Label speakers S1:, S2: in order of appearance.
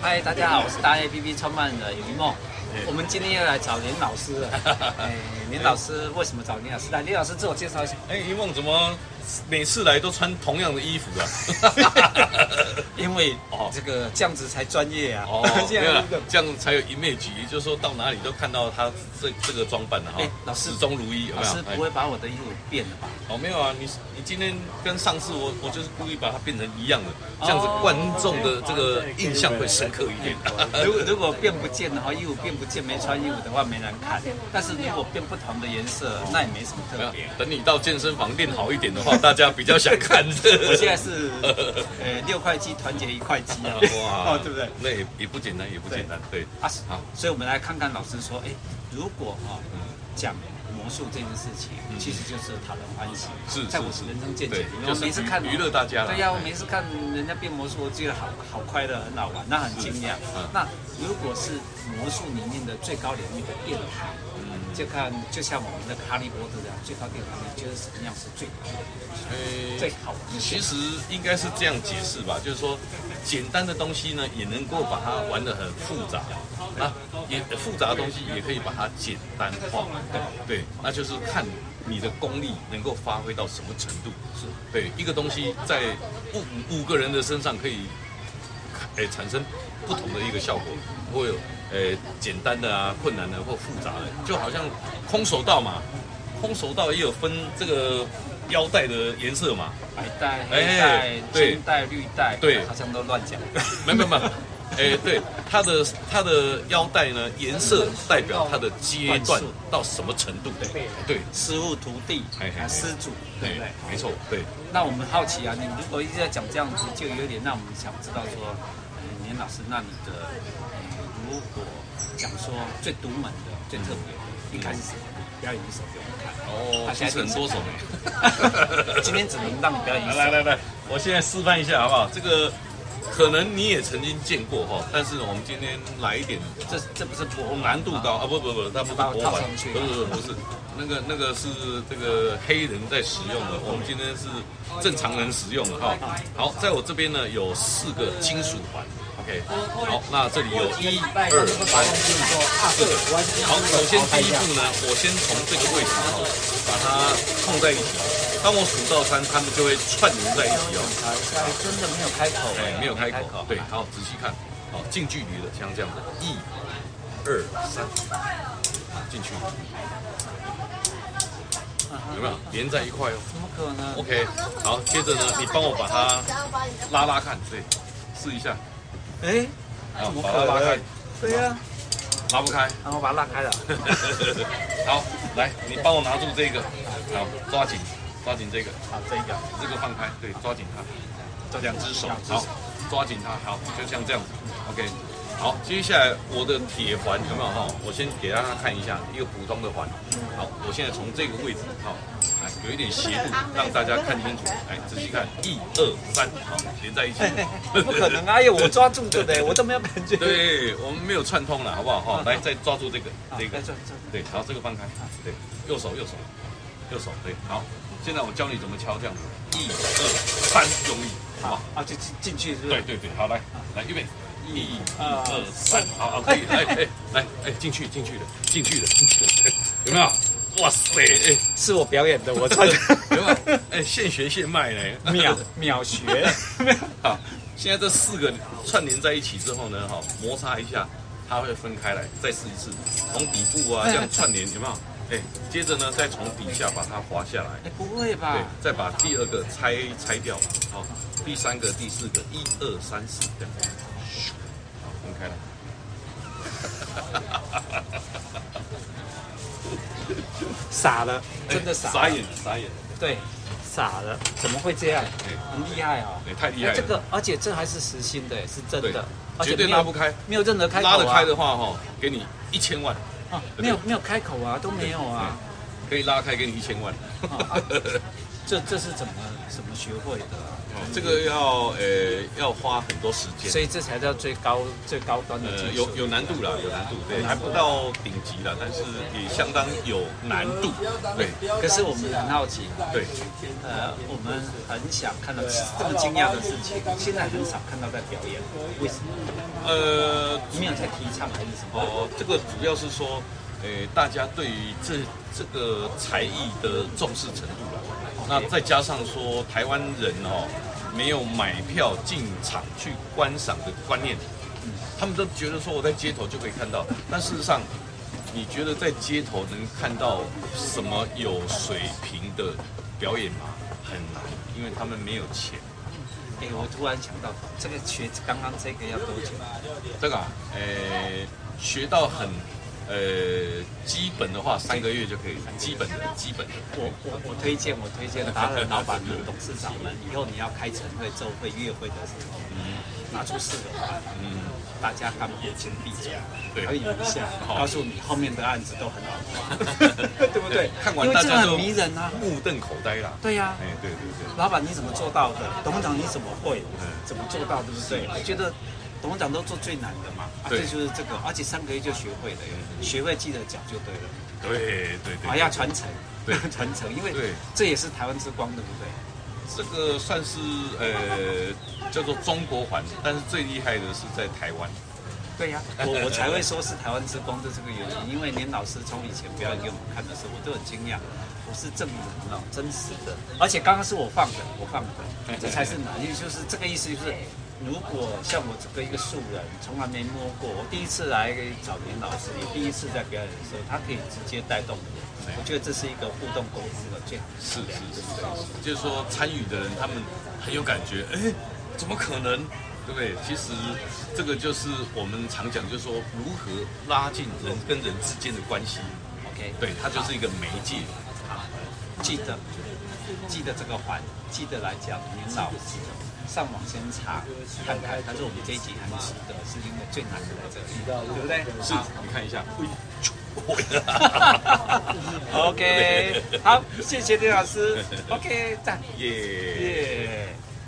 S1: 嗨，大家好，我是大 A P P 创办人于梦
S2: 哎。
S1: 我们今天要来找林老 师了。哎，林老师为什么找林老师来？林老师自我介 绍一下。
S2: 哎，一梦怎么每次来都穿同样的衣服啊？
S1: 因为
S2: 哦
S1: 这个这样子才专业啊。
S2: 哦，
S1: 这
S2: 没有
S1: 样
S2: 啦
S1: 一个，
S2: 这样才有 image，也就是说到哪里都看到他这这个装扮的哈
S1: 哎，老师
S2: 始终如一，有
S1: 老
S2: 啊没有
S1: 师？不会把我的衣服变了吧？
S2: 哎哦，没有啊，你你今天跟上次我我就是故意把它变成一样的，这样子观众的这个印象会深刻一点。
S1: 如果如果变不见的话，衣服变不见，没穿衣服的话没人看。但是如果变不同的颜色，那也没什么
S2: 哦没有
S1: 特别。
S2: 等你到健身房练好一点的话，大家比较想看的。
S1: 我现在是呃六块肌团结一块肌啊，
S2: 哇
S1: 哦对不对？
S2: 那也也不简单，也不简单，对。
S1: 啊，
S2: 好
S1: 所以我们来看看老师说，哎，如果啊、讲魔术这件事情，其实就是讨人欢喜，
S2: 嗯是
S1: 在我
S2: 是
S1: 人生见解
S2: 对
S1: 里面，
S2: 就
S1: 我
S2: 是
S1: 每次看
S2: 娱娱乐大家啦
S1: 对呀、
S2: 哎
S1: 我每次看人家变魔术，我觉得好好快乐，很好玩，那很惊讶。
S2: 嗯
S1: 那如果是魔术里面的最高领域的殿堂，
S2: 嗯
S1: 就看就像我们的哈利波特这样，最高殿堂，你觉得什么样是最高的、
S2: 呃
S1: 最好玩的？
S2: 嗯其实应该是这样解释吧，就是说，简单的东西呢，也能够把它玩得很复杂啊，也复杂的东西也可以把它简单化，对，那就是看你的功力能够发挥到什么程度。是对一个东西在五五个人的身上可以诶、产生不同的一个效果，会有诶、简单的啊、困难的或复杂的，就好像空手道嘛，空手道也有分这个腰带的颜色嘛，
S1: 白带、黑带
S2: 哎、对
S1: 金带、绿带，
S2: 对
S1: 好像都乱讲。
S2: 没有没有没有，诶、对，它的它的腰带呢颜色代表它的阶段到什么程度，对对，
S1: 师傅徒弟
S2: 嘿嘿
S1: 啊，
S2: 嘿
S1: 师祖，对不对
S2: 哎？没错，对。
S1: 那我们好奇啊，你如果一直在讲这样子，就有点让我们想知道说，呃年老师，那你的、呃如果讲说最独门的、最特别的，一开始是什么表演一首给我们看？
S2: 哦
S1: 啊
S2: 其实很多首呢
S1: 今天只能让你表演一首。
S2: 来来来，我现在示范一下好不好？这个可能你也曾经见过哈，但是我们今天来一点
S1: 这这不是播
S2: 难度高啊！不不不，它不是
S1: 把我
S2: 博
S1: 套
S2: 玩
S1: 上去，
S2: 不是不是不是，那个那个是这个黑人在使用的，我们今天是正常人使用的哈。好，在我这边呢有四个金属环，OK。好，那这里有一二三四个。好，首先第一步呢，我先从这个位置哈，把它碰在一起。当我数到三，它们就会串联在一起哦。
S1: 哎真的没有开口
S2: 哎，没有开口，对，好，仔细看，好，近距离的，像这样的，一、二、三，近距离，有没有连在一块哦
S1: 怎么可能？
S2: ？OK，好，接着呢，你帮我把它拉拉看，对，试一下，
S1: 哎，
S2: 啊
S1: 怎么，
S2: 把
S1: 可
S2: 它拉
S1: 能
S2: 开，？
S1: 对呀、啊，
S2: 拉不开，
S1: 然后把它拉开了。
S2: 好，来，你帮我拿住这个，好，抓紧，抓紧这个，
S1: 好，这个
S2: 这个放开，对，抓紧它，两只手
S1: 两，只
S2: 好，抓紧它，好，就像这样子，OK。好，接下来我的铁环有没有哈？我先给大家看一下一个普通的环。好，我现在从这个位置好，来有一点斜度，让大家 看清楚。来，仔细看，一二三，好，连在一起
S1: 哎哎。哎 不可能啊！哎呦，我抓住的嘞，我都没有感觉。
S2: 对，我们没有串通了，好不好哈？来，再抓住这个，
S1: 好，
S2: 这
S1: 这
S2: 个
S1: 个，这这
S2: 对，好，这个放开，对，右手，右手，右手，对，好。现在我教你怎么敲这样子，一二三，用力，好不好？
S1: 啊，就进进去是不
S2: 对
S1: 是？
S2: 对对，好来来预备，一、
S1: 二
S2: 二、三，好好可以，来哎来哎进去进去了，进去了，进去了，有没有？哇塞，哎
S1: 是我表演的，我穿
S2: 有没有？哎现学现卖呢，
S1: 秒秒 学，
S2: 好，现在这四个串联在一起之后呢，哈，摩擦一下，它会分开来，再试一次，从底部啊这样串联，有没有？哎，接着呢再从底下把它滑下来，
S1: 哎，不会吧
S2: 对？，再把第二个拆拆掉，好，第三个、第四个，一二三四这样，好，分开了。
S1: 傻了，真的傻，
S2: 哎傻眼了，傻眼了，
S1: 对，傻了，怎么会这样？很厉害哦。
S2: 对，太厉害
S1: 哎
S2: 了。
S1: 这个，而且这还是实心的，是真
S2: 对
S1: 的，而且
S2: 绝对
S1: 没有
S2: 拉不开，
S1: 没有任何开口啊
S2: 拉得开的话，哈，给你一千万，
S1: 啊，没有没有开口啊，都没有啊。
S2: 可以拉开给你一千万。
S1: 啊这这是怎么怎么学会的啊？
S2: 哦，这个要呃要花很多时间
S1: 所。以这才叫最高最高端的技
S2: 呃，
S1: 术。
S2: 有有难度啦，有难度，对，还不到顶级啦，但是也相当有难度，对
S1: 可是我们很好奇，
S2: 对，
S1: 呃，我们很想看到这么惊讶的事情，现在很少看到在表演，为什么？
S2: 呃，
S1: 没有在提倡还是什么？
S2: 哦，这个主要是说，诶、大家对于这这个才艺的重视程度了。那再加上说，台湾人哦，没有买票进场去观赏的观念，他们都觉得说我在街头就可以看到，但事实上，你觉得在街头能看到什么有水平的表演吗？很难，因为他们没有钱。
S1: 哎、我突然想到，这个学刚刚这个要多久？
S2: 这个、啊，呃，学到很，呃，基本的话，三个月就可以，基本的，基本的。
S1: 我我我推荐，我推荐达人老板们、董事长们，以后你要开晨会、周会、月会的时候，拿出四个环，
S2: 嗯，
S1: 大家干活先闭嘴，
S2: 对
S1: 表演一下，
S2: 好
S1: 告诉你后面的案子都很 好看， 对不对？
S2: 看完
S1: 因为
S2: 大
S1: 这
S2: 家
S1: 个
S2: 都
S1: 很迷人啊。
S2: 目瞪口呆啦。
S1: 对呀、
S2: 哎，对对对，
S1: 老板你怎么做到的？董事长你怎么会？
S2: 嗯
S1: 怎么做到？对不对？我觉得董事长都做最难的嘛，啊，
S2: 对
S1: 这就是这个，而且三个月就学会了耶，学会记得讲就对了。
S2: 对对对。
S1: 啊，要传承，
S2: 对
S1: 传承，因为
S2: 对
S1: 这也是台湾之光，对不对？
S2: 这个算是呃叫做中国环，但是最厉害的是在台湾。
S1: 对呀、我我才会说是台湾之光的这个原因，因为连老师从以前表演给我们看的时候，我都很惊讶，我是证明了真实的，而且刚刚是我放的，我放的，这才是难，因为就是这个意思，就是如果像我这个一个素人，从来没摸过，我第一次来找林老师，也第一次在表演的时候，他可以直接带动我，我觉得这是一个互动沟通的最好的
S2: 是
S1: 力量
S2: 是是，就是说参与的人他们很有感觉，哎，怎么可能？对不对？其实这个就是我们常讲，就是说如何拉近人跟人之间的关系。
S1: ，OK，
S2: 对，它就是一个媒介。
S1: 记得记得这个环，记得来讲年老师，上网先查看看。但是我们这一集很值得，是因为最难的在这里，对不对？
S2: 是， 你看一下。
S1: 好 OK，好，谢谢林老师。OK，赞，
S2: 耶。
S1: 耶、